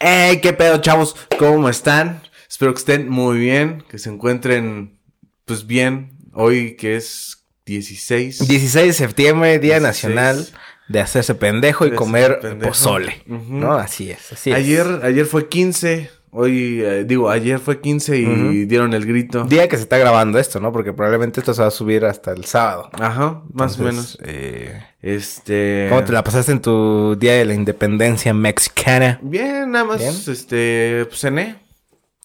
¡Ey! ¿Qué pedo, chavos? ¿Cómo están? Espero que estén muy bien, que se encuentren, pues bien, hoy que es 16. 16 de septiembre, Día 16. Nacional de hacerse pendejo y De comer hacerse pendejo. pozole. Ujú. ¿No? Así es, así es. ayer, ayer fue 15, hoy, eh, digo, ayer fue 15 y Ujú. dieron el grito. Día que se está grabando esto, ¿no? Porque probablemente esto se va a subir hasta el sábado. Ajá, más o menos. Entonces, eh, Este... ¿Cómo te la pasaste en tu Día de la Independencia mexicana? Bien, nada más, Bien. este, pues cené.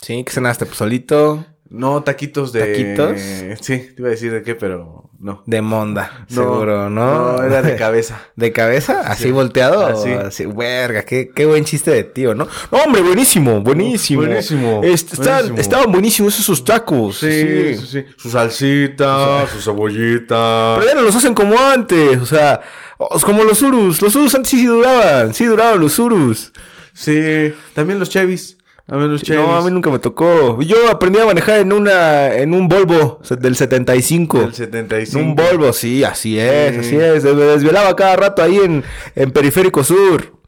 Sí, que cenaste pozolito No, taquitos de... ¿Taquitos? Sí, te iba a decir de qué, pero no. de monda, No, seguro, ¿no? No, era de cabeza. ¿De cabeza? ¿Así Sí. volteado? Así. Así. así. Verga, qué, qué buen chiste de tío, ¿no? No, hombre, buenísimo, buenísimo. Buenísimo, Est- están- buenísimo. Estaban buenísimos esos tacos. Sí, sí, sí. Su salsita, su cebollita. Pero ya no los hacen como antes, o sea, os- como los Urus. Los Urus antes sí duraban, sí duraban los Urus. Sí, también los Chevys. También los Chevys. No, a mí nunca me tocó. Yo aprendí a manejar en una en un Volvo se- del 75. El 75. En un Volvo, sí, así es, así Sí. es. Me desvelaba cada rato ahí en, en Periférico Sur.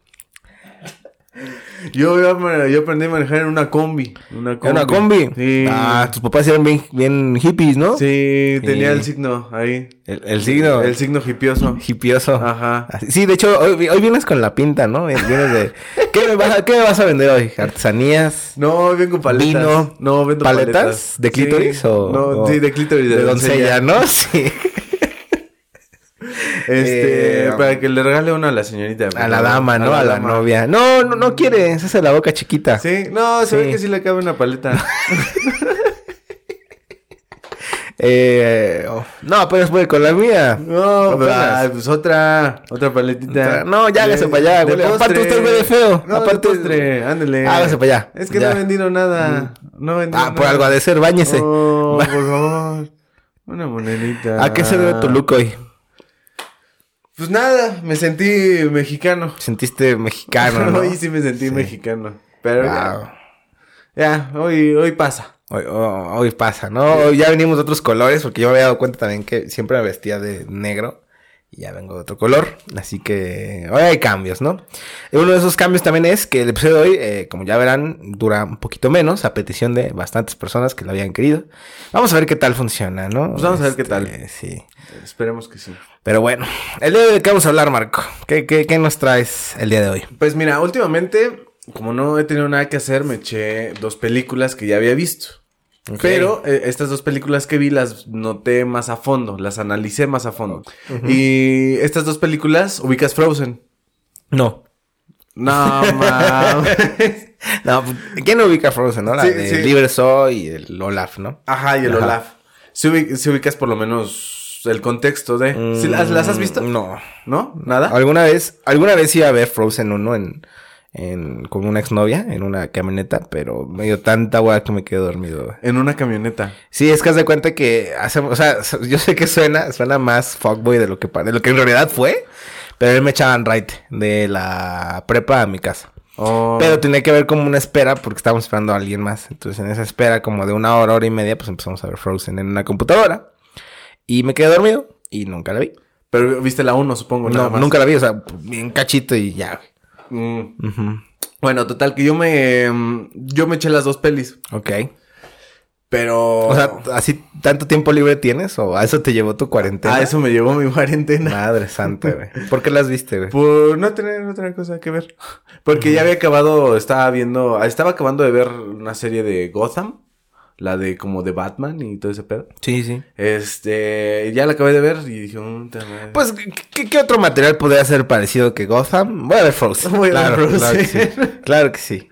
Yo, yo, me- yo aprendí a manejar en una combi. Una combi. ¿En una combi? Sí. Ah, tus papás eran bien, bien hippies, ¿no? Sí, tenía Sí. el signo ahí. El, el signo. El signo hipioso. Hipioso. Ajá. Así- Sí, de hecho, hoy, hoy vienes con la pinta, ¿no? Vienes de... ¿Qué me vas a, qué me vas a vender hoy? ¿Artesanías? No, vengo paletas. Vino. No, vendo ¿Paletas? paletas. ¿De Sí. clítoris o...? No, o- sí, de clítoris. De, doncella, ¿no? Sí. Este, Eh, para que le regale uno a la señorita. A la dama, ¿no? A la, novia. No, no, no quiere. Se hace la boca chiquita. Sí, no, se ve Sí. que sí le cabe una paleta. Eh, oh, no, pero después con la mía. No, pero, Apenas. ay, pues otra, otra paletita. No, ya hágase De- pa' allá, de güey. Aparte postre. usted huele feo. No, Aparte- Aparte, postre, ándele. Hágase pa' allá. Es que Ya. no he vendido nada. No he vendido Ah, por nada. algo ha de ser, báñese. No, por favor. Una monedita. ¿A qué se debe tu look hoy? Pues nada, me sentí mexicano. Sentiste mexicano, ¿no? Hoy sí me sentí mexicano. Pero Wow. ya, ya, hoy, hoy pasa. Hoy, oh, hoy pasa, ¿no? Hoy ya venimos de otros colores, porque yo me había dado cuenta también que siempre me vestía de negro y ya vengo de otro color. Así que hoy hay cambios, ¿no? Y uno de esos cambios también es que el episodio de hoy, eh, como ya verán, dura un poquito menos, a petición de bastantes personas que lo habían querido. Vamos a ver qué tal funciona, ¿no? Este, Pues vamos a ver qué tal. Sí. Esperemos que sí. Pero bueno, el día de hoy, ¿qué vamos a hablar, Marco? ¿Qué, qué, qué nos traes el día de hoy? Pues mira, últimamente, como no he tenido nada que hacer, me eché dos películas que ya había visto. Pero eh, estas dos películas que vi las noté más a fondo, las analicé más a fondo. Y estas dos películas ubicas Frozen. No. No, mames. No, ¿quién ubica Frozen, no? La Sí, de sí. Libre Soy y el Olaf, ¿no? Ajá, y el Ajá. Olaf. Si, ubi- si ubicas por lo menos el contexto de... ¿Sí las, las has visto? Mm, No. ¿No? ¿Nada? Alguna vez, alguna vez iba a ver Frozen 1 en, en, con una exnovia en una camioneta, pero me dio tanta hueá que me quedé dormido. güey. En una camioneta. Sí, es que haz de cuenta que hacemos, o sea, so- yo sé que suena, suena más fuckboy de lo que pa- de lo que en realidad fue, pero él me echaban right de la prepa a mi casa. Oh, Pero tenía que haber como una espera porque estábamos esperando a alguien más. Entonces, en esa espera, como de una hora, hora y media, pues empezamos a ver Frozen en una computadora. Y me quedé dormido y nunca la vi. pero viste la 1, supongo. No, nada más. nunca la vi, o sea, bien cachito y ya. güey. Mm. Ujú. Bueno, total, que yo me... mm, Yo me eché las dos pelis. Ok. Pero... O sea, ¿así tanto tiempo libre tienes o a eso te llevó tu cuarentena? a eso me llevó mi cuarentena. Madre santa, güey. ¿Por qué las viste, güey? Por no tener otra cosa que ver. Porque ya había acabado, estaba viendo, estaba acabando de ver una serie de Gotham, la de como de Batman y todo ese pedo. Sí, sí. Este, ya la acabé de ver y dije, "Puta madre". Pues, ¿qué, qué otro material podría ser parecido que Gotham? Voy a ver Frozen. Voy a ver Frozen. Claro que sí. Claro que sí.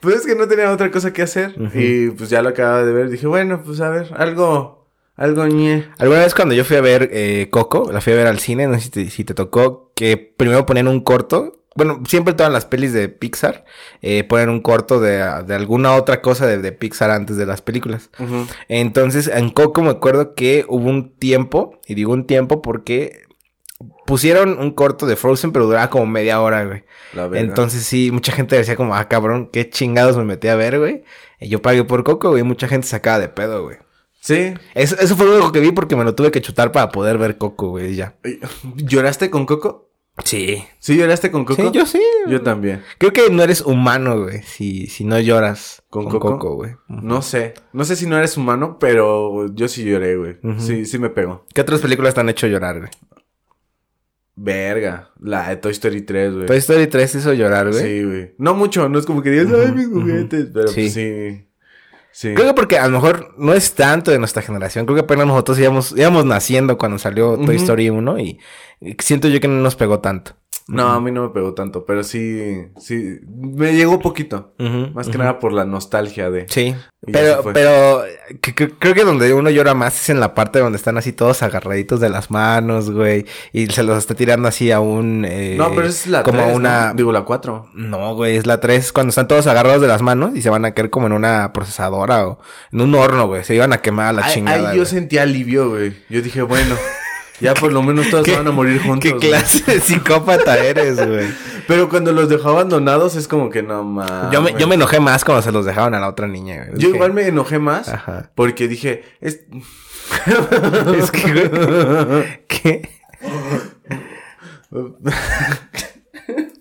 Pues es que no tenía otra cosa que hacer y pues ya lo acababa de ver, dije, bueno, pues a ver, algo algo ñe. Alguna vez cuando yo fui a ver eh, Coco, la fui a ver al cine, no sé si te, si te tocó, que primero ponían un corto. Bueno, siempre todas las pelis de Pixar eh, ponen un corto de, de alguna otra cosa de, de Pixar antes de las películas. Ujú. Entonces, en Coco me acuerdo que hubo un tiempo, y digo un tiempo porque pusieron un corto de Frozen, pero duraba como media hora, güey. La verga. Entonces, sí, mucha gente decía como, ah, cabrón, qué chingados me metí a ver, güey. Y yo pagué por Coco, güey, y mucha gente sacaba de pedo, güey. sí. Eso, eso fue lo único que vi porque me lo tuve que chutar para poder ver Coco, güey, y ya. ¿Lloraste con Coco? Sí. ¿Sí lloraste con Coco? Sí, yo sí. Yo también. Creo que no eres humano, güey, si, si no lloras ¿Con Coco? güey. No sé. No sé si no eres humano, pero yo sí lloré, güey. Sí, sí me pegó. ¿Qué otras películas te han hecho llorar, güey? Verga. La de Toy Story 3, güey. Toy Story 3 hizo llorar, güey. Sí, güey. No mucho, no es como que digas, ay, mis juguetes. Pero Sí. pues, sí. Sí. Creo que porque a lo mejor no es tanto de nuestra generación. Creo que apenas nosotros íbamos, íbamos naciendo cuando salió Toy Ujú. Story 1 y y siento yo que no nos pegó tanto. No, a mí no me pegó tanto, pero sí, sí, me llegó poquito. Más que nada por la nostalgia de... Sí. Y así Pero, fue. pero que- que- creo que donde uno llora más es en la parte donde están así todos agarraditos de las manos, güey. Y se los está tirando así a un... eh, no, pero es la Como tres, ¿no? una... Digo, la 4. No, güey, es la 3, cuando están todos agarrados de las manos y se van a caer como en una procesadora o en un horno, güey. Se iban a quemar a la Ay, chingada. ay, yo güey. sentí alivio, güey. Yo dije, bueno, ya por lo menos todos ¿Qué- van a morir juntos. ¿Qué güey. clase de psicópata eres, güey? Pero cuando los dejó abandonados es como que no mames. yo, me, yo me enojé más cuando se los dejaron a la otra niña, güey. Yo Es que- Ah. igual me enojé más Ajá. porque dije, es... Es que, güey. ¿Qué?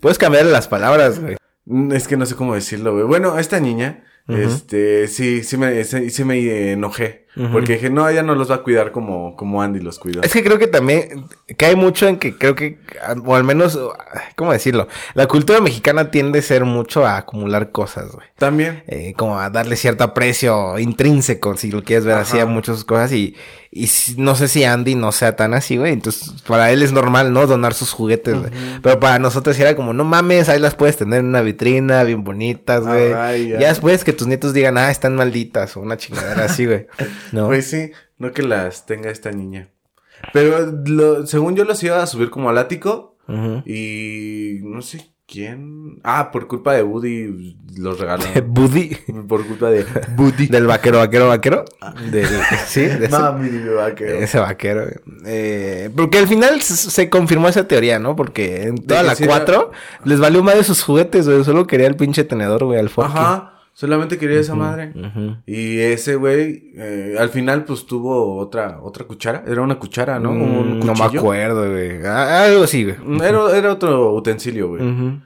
Puedes cambiar las palabras, güey. Mm, Es que no sé cómo decirlo, güey. Bueno, esta niña, este, sí, sí me, sí, sí me enojé. Porque dije, no, ella no los va a cuidar como, como Andy los cuidó. Es que creo que también cae mucho en que creo que, o al menos, ¿cómo decirlo? La cultura mexicana tiende a ser mucho a acumular cosas, güey. También. eh, como a darle cierto aprecio intrínseco, si lo quieres ver así, a Ajá. muchas cosas. Y, y si- no sé si Andy no sea tan así, güey. Entonces, para él es normal, ¿no? Donar sus juguetes, güey. Pero para nosotros sí era como, no mames, ahí las puedes tener en una vitrina, bien bonitas, güey. Ajá, y ya. ya. después que tus nietos digan, ah, están malditas, o una chingadera así, güey. ¿No? Pues sí, no que las tenga esta niña. Pero lo- según yo los iba a subir como al ático Ujú. y no sé quién. Ah, por culpa de Woody los regaló. Buddy. por culpa de... Del vaquero, vaquero, vaquero. Del, sí, de ese- Mami, mi vaquero. Ese vaquero. güey. Eh, porque al final s- se confirmó esa teoría, ¿no? Porque en toda que la sí era- 4 les valió madre sus juguetes, güey. Solo quería el pinche tenedor, güey, al forky. Ajá, solamente quería esa madre. Ujú. Y ese güey, eh, al final, pues tuvo otra, otra cuchara. Era una cuchara, ¿no? Mm, Un no me cuchillo. Mm, acuerdo, güey. Ah, Algo así, güey. Era, era otro utensilio, güey. Ujú.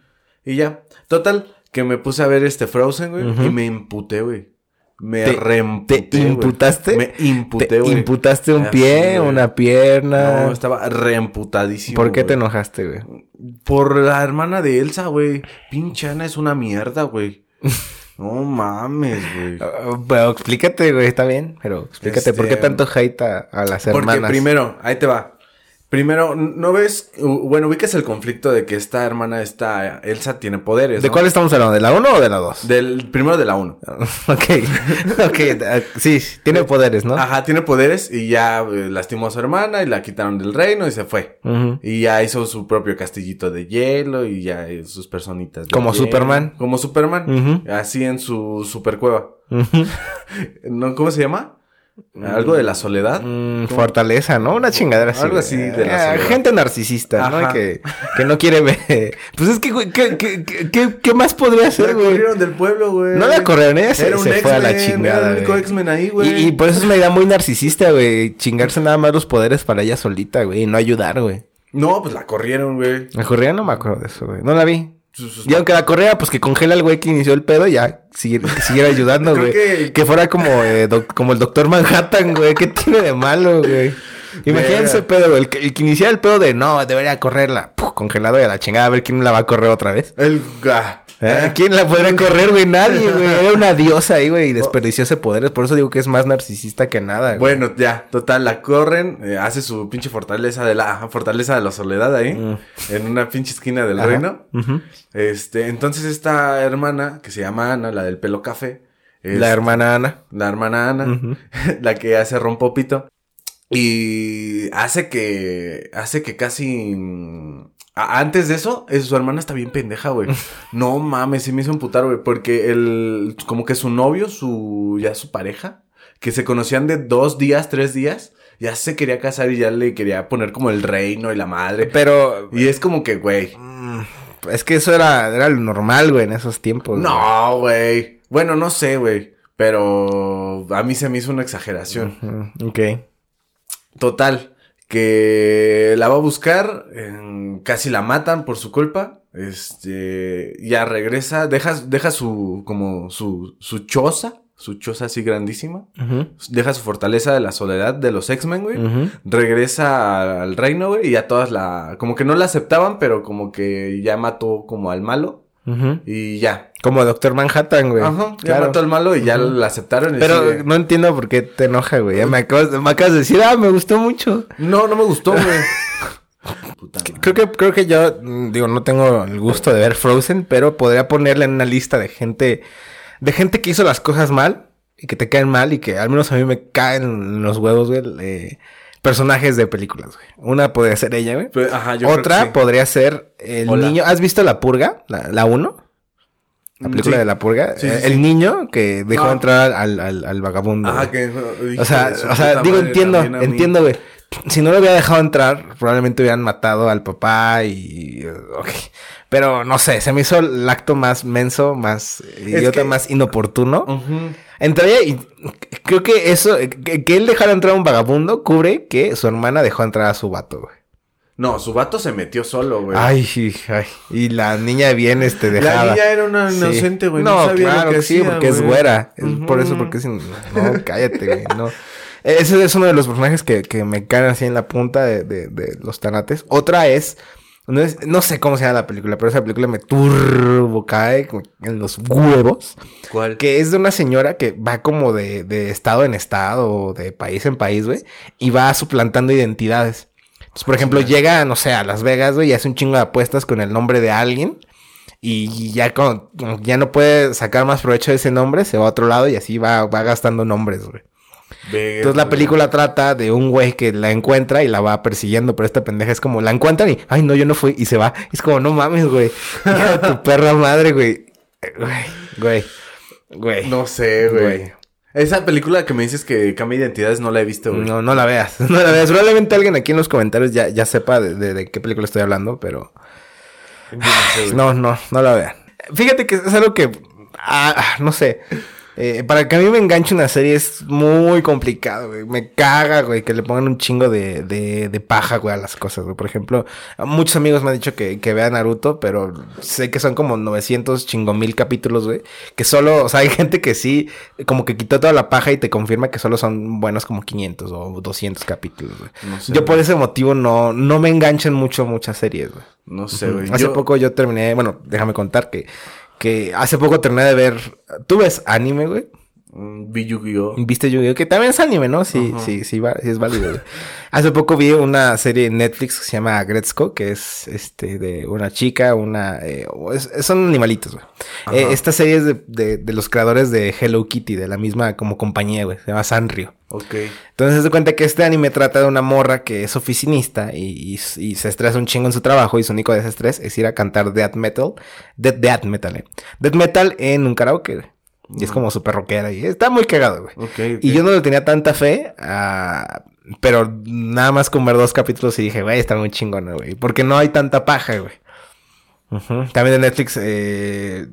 Y ya. Total, que me puse a ver este Frozen, güey. Ujú. Y me imputé, güey. Me Te- reemputé. ¿Te güey. imputaste? Me Te imputé, güey. imputaste un Ah, sí, pie, güey. una pierna. No, estaba reemputadísimo. ¿Por qué te güey. enojaste, güey? Por la hermana de Elsa, güey. Pinche Ana es una mierda, güey. no mames, güey. Ah, Pero explícate, güey, está bien. Pero explícate, ¿por qué Este, tanto hate a, a las Porque hermanas? primero, ahí te va. Primero, ¿no ves? u- Bueno, ubicas el conflicto de que esta hermana, esta eh, Elsa, tiene poderes. ¿De ¿no? cuál estamos hablando? ¿De la 1 o de la 2? Del primero de la 1. ok, ok, ah, sí, tiene poderes, ¿no? Ajá, tiene poderes y ya eh, lastimó a su hermana y la quitaron del reino y se fue. Ujú. Y ya hizo su propio castillito de hielo y ya eh, sus personitas. de Como hielo. Superman. Como Superman. Ujú. Así en su supercueva. ¿No? ¿Cómo se llama? Algo de la soledad. Mm, fortaleza, ¿no? Una chingadera así. Algo güey. así de la Ah, soledad. gente narcisista, ¿no? Ajá. Que, que no quiere ver. Pues es que, güey, ¿qué, qué, qué- qué- qué más podría La hacer, güey? corrieron del pueblo, güey. No la corrieron, ella se, Era un se fue a la X-Men, chingada. Era el único güey. X-Men ahí, y, güey. y por eso es una idea muy narcisista, güey. Chingarse nada más los poderes para ella solita, güey. Y no ayudar, güey. No, pues la corrieron, güey. La correa no me acuerdo de eso, güey. No la vi. Sus- sus- Y aunque la correa, pues que congela al güey que inició el pedo, ya siguiera, que siguiera ayudando, Creo güey. que- Que... fuera como, eh, doc- como el doctor Manhattan, güey. ¿Qué tiene de malo, güey? Imagínense el pedo, güey. El que, el que iniciara el pedo de no, debería correrla. Puf, congelado y a la chingada, a ver quién la va a correr otra vez. El... ah, ¿Eh? ¿Quién la podrá correr, güey? Nadie, güey. Era una diosa ahí, güey, y desperdició ese poder. Por eso digo que es más narcisista que nada, güey. Bueno, ya, total, la corren, eh, hace su pinche fortaleza de la ajá, fortaleza de la soledad ahí, en una pinche esquina del Mm. Ajá. reino. Ujú. Este, entonces esta hermana, que se llama Ana, la del pelo café, es La hermana Ana. la hermana Ana, Ujú. la que hace rompopito, y hace que, hace que casi... mm, a- Antes de eso, es- su hermana está bien pendeja, güey. No mames, sí me hizo emputar, güey. Porque el, como que su novio, su, ya su pareja, que se conocían de dos días, tres días, ya se quería casar y ya le quería poner como el reino y la madre. Eh, Pero mm, Y es como que, güey. es que eso era, era lo normal, güey, en esos tiempos. Pues, güey. No, güey. Bueno, no sé, güey. Pero a mí se me hizo una exageración. Ujú. Ok. Total. que la va a buscar, en- casi la matan por su culpa. Este, ya regresa, deja, deja su, como su, su choza, su choza así grandísima. Deja su fortaleza de la soledad de los X-Men, güey. Ujú. Regresa al reino, güey, y a todas la, como que no la aceptaban, pero como que ya mató como al malo. Ujú. Y ya. Como Doctor Manhattan, güey. Ajá, ya Claro. mató al malo y ya Ujú. la aceptaron. y así de- Pero no entiendo por qué te enoja, güey. Ya me acabas, me acabas de decir, ah, me gustó mucho. No, no me gustó, güey. Puta madre. Creo que, creo que yo, mm, digo, no tengo el gusto de ver Frozen, pero podría ponerla en una lista de gente, de gente que hizo las cosas mal y que te caen mal y que al menos a mí me caen en los huevos, güey, eh, personajes de películas, güey. Una podría ser ella, güey. Pero, Pues, ajá, yo Otra creo que sí. podría ser el Hola. niño. ¿Has visto La Purga? La, la 1. La Mm, película sí. de La Purga. Sí, sí, Eh, sí. el niño que dejó Ah. entrar al, al- al vagabundo. Ajá, güey. que. O sea, hijo de su o sea puta digo, madre, entiendo, también a mí. entiendo, güey. Si no lo hubiera dejado entrar, probablemente hubieran matado al papá y... ok. Pero no sé, se me hizo el acto más menso, más idiota, que- Mm. más inoportuno. Ujú. Entraría y creo que eso, eh, que, que él dejara entrar a un vagabundo cubre que su hermana dejó entrar a su vato, güey. No, su vato se metió solo, güey. Ay, sí, ay. Y la niña bien, este, dejada. Pues. La niña era una Sí. inocente, güey. No, No, sabía claro lo que que sí, hacía, porque es güey. güera. Es Por Ujú. eso, porque es... in- No, cállate, güey, no. E, Ese es uno de los personajes que, que me caen así en la punta de, de- de los tanates. Otra es... No, es- no sé cómo se llama la película, pero esa película me turbo cae como en los huevos. ¿Cuál? Que es de una señora que va como de, de estado en estado o de país en país, güey. Y va suplantando identidades. Entonces, pues, por ejemplo, llega, no sé, a Las Vegas, güey, y hace un chingo de apuestas con el nombre de alguien. Y ya, con, como ya no puede sacar más provecho de ese nombre, se va a otro lado y así va, va gastando nombres, güey. Verga, Entonces la güey. película trata de un güey que la encuentra y la va persiguiendo, pero esta pendeja es como, la encuentran y, ay, no, yo no fui, y se va. Es como, no mames, güey. Hija de tu perra madre, güey. Güey, güey, güey. No sé, güey. Güey. Esa película que me dices que cambia identidades no la he visto, güey. No, no la veas. No la veas. Probablemente alguien aquí en los comentarios ya, ya sepa de, de- de qué película estoy hablando, pero Yo no sé, güey. no, no, no la vean. Fíjate que es algo que, ah, ah, no sé, Eh, para que a mí me enganche una serie es muy complicado, güey. Me caga, güey, que le pongan un chingo de, de- de paja, güey, a las cosas, güey. Por ejemplo, muchos amigos me han dicho que, que vea Naruto, pero sé que son como 900 chingo mil capítulos, güey. Que solo, o sea, hay gente que sí, como que quitó toda la paja y te confirma que solo son buenos como 500 o 200 capítulos, güey. No sé, Yo por güey. ese motivo no, no me enganchan mucho muchas series, güey. No sé, güey. Hace Yo- poco yo terminé, bueno, déjame contar que, que hace poco terminé de ver. ¿Tú ves anime, güey? mm, Vi Yu-Gi-Oh! ¿Viste Yu-Gi-Oh? Que también es anime, ¿no? Sí, Ajá. sí, sí, va- sí es válido. güey. hace poco vi una serie en Netflix que se llama Gretzko, que es este de una chica, una. eh, o es- son animalitos, güey. Ajá. Eh, esta serie es de, de- de los creadores de Hello Kitty, de la misma como compañía, güey. Se llama Sanrio. Ok. Entonces se cuenta que este anime trata de una morra que es oficinista y, y- y se estresa un chingo en su trabajo y su único desestrés es ir a cantar death metal, death, death metal, eh. death metal en un karaoke. güey. Y es como súper rockera y está muy cagado, güey. Ok. ok. Y yo no le tenía tanta fe, ah, pero nada más con ver dos capítulos y dije, güey, está muy chingona, güey. Porque no hay tanta paja, güey. Ujú. También de Netflix, eh,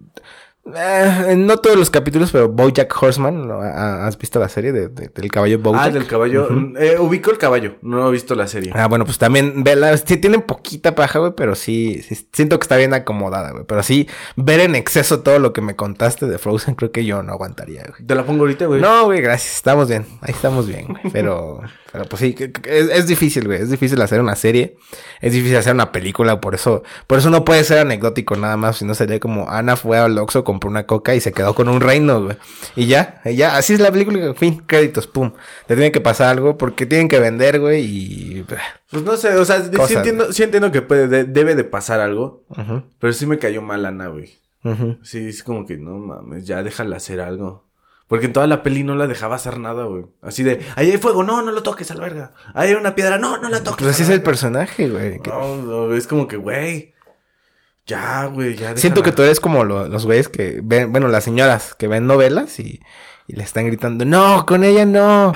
eh, no todos los capítulos, pero Bojack Horseman, ¿no? Ah, ¿has visto la serie de- de- del caballo Bojack? Ah, del caballo. Mm, eh, ubico el caballo. No he visto la serie. Ah, bueno, pues también vela. Sí, tiene poquita paja, güey, pero sí, sí Siento que está bien acomodada, güey. Pero sí, ver en exceso todo lo que me contaste de Frozen, creo que yo no aguantaría, güey. Te la pongo ahorita, güey. No, güey, gracias. Estamos bien. Ahí estamos bien, güey. Pero, pero pues sí, que- que- es, es difícil, güey. Es difícil hacer una serie. Es difícil hacer una película. Por eso, por eso no puede ser anecdótico nada más. Si no sería como Ana fue al Oxxo, compró una coca y se quedó con un reino, güey. Y ya, y ya. Así es la película. Fin, créditos, pum. Te tiene que pasar algo porque tienen que vender, güey. Y. Pues no sé, o sea, sí Cosa, entiendo, sí entiendo que puede, de- debe de pasar algo, Ujú, pero sí me cayó mal Ana, güey. ujú. Sí, es como que no mames, ya déjala hacer algo. Porque en toda la peli no la dejaba hacer nada, güey. Así de, ahí hay fuego, no, no lo toques a la verga. Ahí hay una piedra, no, no la toques. Pues así a es la el verga". personaje, güey. que- No, no, es como que, güey. Ya, güey, ya. Siento que tú déjala. eres como lo- los güeyes que ven, bueno, las señoras que ven novelas y, y le están gritando, no, con ella no.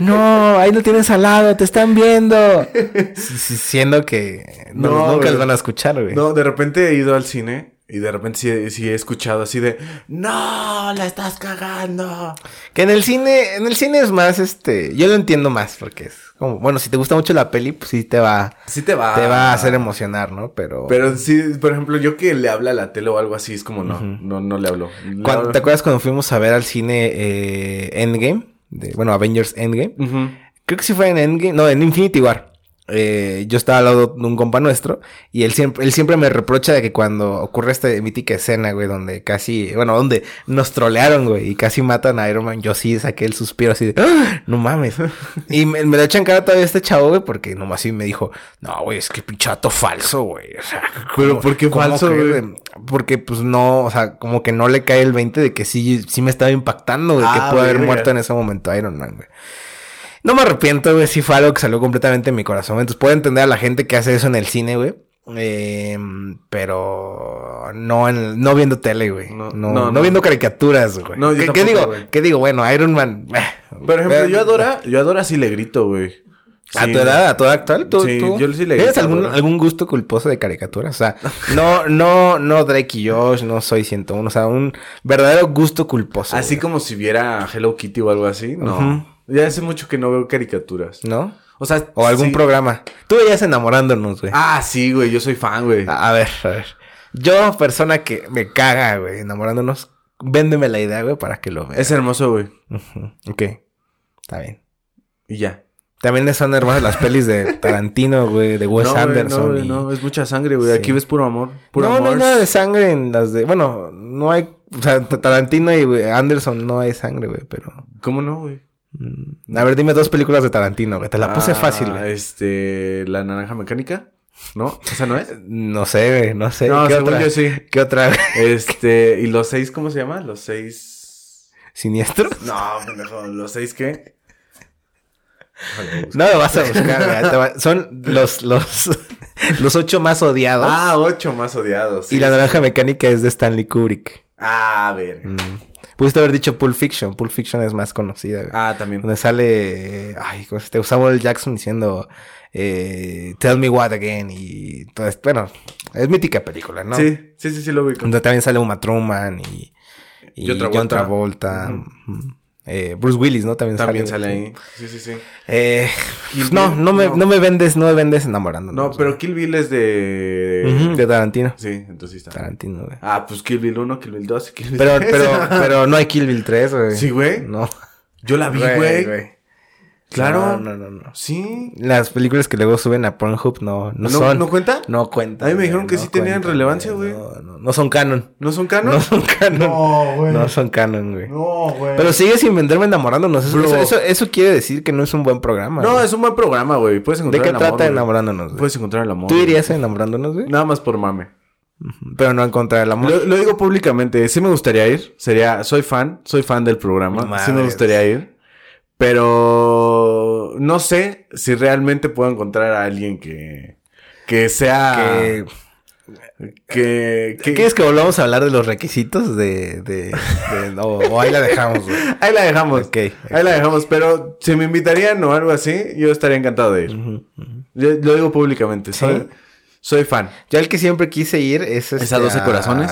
No, ahí lo tienes al lado, te están viendo. S- s- Siendo que no- No, nunca güey. los van a escuchar, güey. No, de repente he ido al cine Y de repente sí, sí he escuchado así de, no, la estás cagando. Que en el cine, en el cine es más, este, yo lo entiendo más porque es como, bueno, si te gusta mucho la peli, pues sí te va, Sí te va. te va a hacer emocionar, ¿no? Pero, Ah. Pero sí, por ejemplo, yo que le habla a la tele o algo así, es como, no, no, no le hablo. Le cuando- hablo- ¿te acuerdas cuando fuimos a ver al cine eh, Endgame? De, bueno, Avengers Endgame. Ujú. Creo que sí fue en Endgame, no, en Infinity War. Eh, yo estaba al lado de un compa nuestro y él siempre, él siempre me reprocha de que cuando ocurre esta mítica escena, güey, donde casi, bueno, donde nos trolearon, güey, y casi matan a Iron Man, yo sí saqué el suspiro así de, "Ah, no mames. Y me, me lo echan cara todavía este chavo, güey, porque nomás sí me dijo, no, güey, es que pinchato falso, güey. O sea, Pero, ¿cómo- ¿por qué cómo falso, crees, güey? Porque pues no, o sea, como que no le cae el 20 de que sí, sí me estaba impactando, güey, Ah, que pudo haber verga. muerto en ese momento Iron Man, güey. No me arrepiento, güey. Sí fue algo que salió completamente de mi corazón. Entonces puedo entender a la gente que hace eso en el cine, güey. Eh, pero no en, no viendo tele, güey. No, No, no, no, no. viendo caricaturas, güey. No, ¿Qué, qué yo tampoco, digo? güey. ¿Qué digo? Bueno, Iron Man. eh. Por ejemplo, yo adora, yo adora si le grito, güey. A Sí, tu edad, a tu edad actual, tú, Sí, tú- yo sí le ¿Tienes grito, algún, ¿verdad? algún gusto culposo de caricaturas? O sea, no, no, no Drake y Josh, no soy 101. O sea, un verdadero gusto culposo. Así como si viera Hello Kitty o algo así, no. Ya hace mucho que no veo caricaturas. güey. ¿No? O sea, O algún sí. programa. Tú veías enamorándonos, güey. Ah, sí, güey, yo soy fan, güey. A a ver, a ver. Yo, persona que me caga, güey, enamorándonos, véndeme la idea, güey, para que lo veas. Es hermoso, güey. Ok. Está bien. Y ya. También son hermosas las pelis de Tarantino, güey, de Wes no, güey, Anderson. no, güey, y- no, es mucha sangre, güey. Sí. Aquí ves puro amor. Puro no, amor. no hay nada de sangre en las de. Bueno, no hay. O sea, T- Tarantino y güey, Anderson no hay sangre, güey, pero. ¿Cómo no, güey? mm, A ver, dime dos películas de Tarantino, güey. Te la puse Ah, fácil, güey. Este, la naranja mecánica, ¿no? ¿Esa no es? No sé, güey, no sé. No, ¿Qué según otra? yo sí. ¿Qué otra? güey? Este, y los seis, ¿cómo se llama? Los seis. ¿Siniestro? No, pendejo, los seis qué? Déjalo busco. No lo vas a buscar, güey. Te va- Son los, los, los ocho más odiados. Ah, ocho más odiados. sí. y la naranja mecánica es de Stanley Kubrick. Mm. Ah, a ver. Pudiste haber dicho Pulp Fiction. Pulp Fiction es más conocida, güey. Ah, también. Donde sale. eh, Ay, ¿cómo se te Samuel Jackson diciendo. eh, Tell me what again. Y. Entonces, bueno, es mítica película, ¿no? Sí, sí, sí, sí lo ubico. Donde también sale Uma Truman y. y Y otra John vuelta. Travolta. Ujú. Eh, Bruce Willis, ¿no? También, También sale. sale ahí. Sí, sí, sí. Eh, Kill no, Bill, no me, no. no. me vendes, no me vendes enamorando. No, pero Kill Bill es de. De Tarantino. Sí, entonces sí está. Tarantino, güey. Ah, pues Kill Bill 1, Kill Bill 2 y Kill Bill Pero, 3. pero, pero no hay Kill Bill 3, güey. Sí, güey. No. Yo la vi, güey. güey. No, Claro. no, no, no. Sí. Las películas que luego suben a Pornhub no, no, ¿No, son. ¿no cuenta? No cuentan. A mí me güey, dijeron que no sí tenían cuentan, relevancia, güey. ¿Ah, No, no, no son canon. ¿No son canon? No son canon. No, güey. No son canon, güey. No, güey. Pero sigue sin venderme enamorándonos. Eso, Bro. eso, eso- eso quiere decir que no es un buen programa. No, güey. es un buen programa, güey. Puedes ¿De encontrar qué el amor, trata güey. Pues, enamorándonos? güey? Puedes encontrar el amor. ¿Tú güey. irías a enamorándonos, güey? Nada más por mame. Pero no encontrar el amor. Lo, lo digo públicamente. Sí me gustaría ir. Sería... Soy fan. Soy fan del programa. Sí me Madres. gustaría ir. Pero... No sé si realmente puedo encontrar a alguien que... Que Ah. sea... Que- Que... que- ¿Quieres que volvamos a hablar de los requisitos de... de, de- no, o ahí la dejamos, güey. Ahí la dejamos. Ok. Ahí la dejamos. Pero si me invitarían o algo así, yo estaría encantado de ir. Yo- lo digo públicamente. Soy, soy fan. Yo el que siempre quise ir es... ¿Es este, a 12 corazones?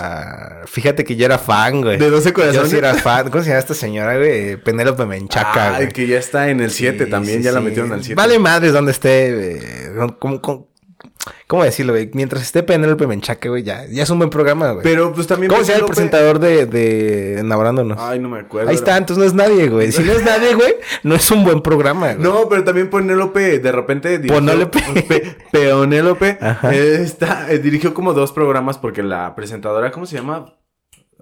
Fíjate que yo era fan, güey. ¿De 12 Yo corazones? sí era fan. ¿Cómo se llama esta señora, güey? Penélope Menchaca, Ay, güey. que ya está en el 7 Sí, también. sí, ya la sí. metieron al 7. Vale madres donde esté... eh, ¿cómo, cómo- cómo decirlo, güey? Mientras esté Penélope Menchaca, güey, ya, ya es un buen programa, güey. Pero pues también... ¿Cómo se llama el Penélope- Ah, presentador de, de Enamorándonos? Ay, no me acuerdo. Ahí está, entonces no es nadie, güey. Si no es nadie, güey, no es un buen programa, güey. No, pero también Penélope de repente dirigió- Ponélope. Pe- Penélope Ajá. eh, está- eh, dirigió como dos programas porque la presentadora, ¿cómo se llama?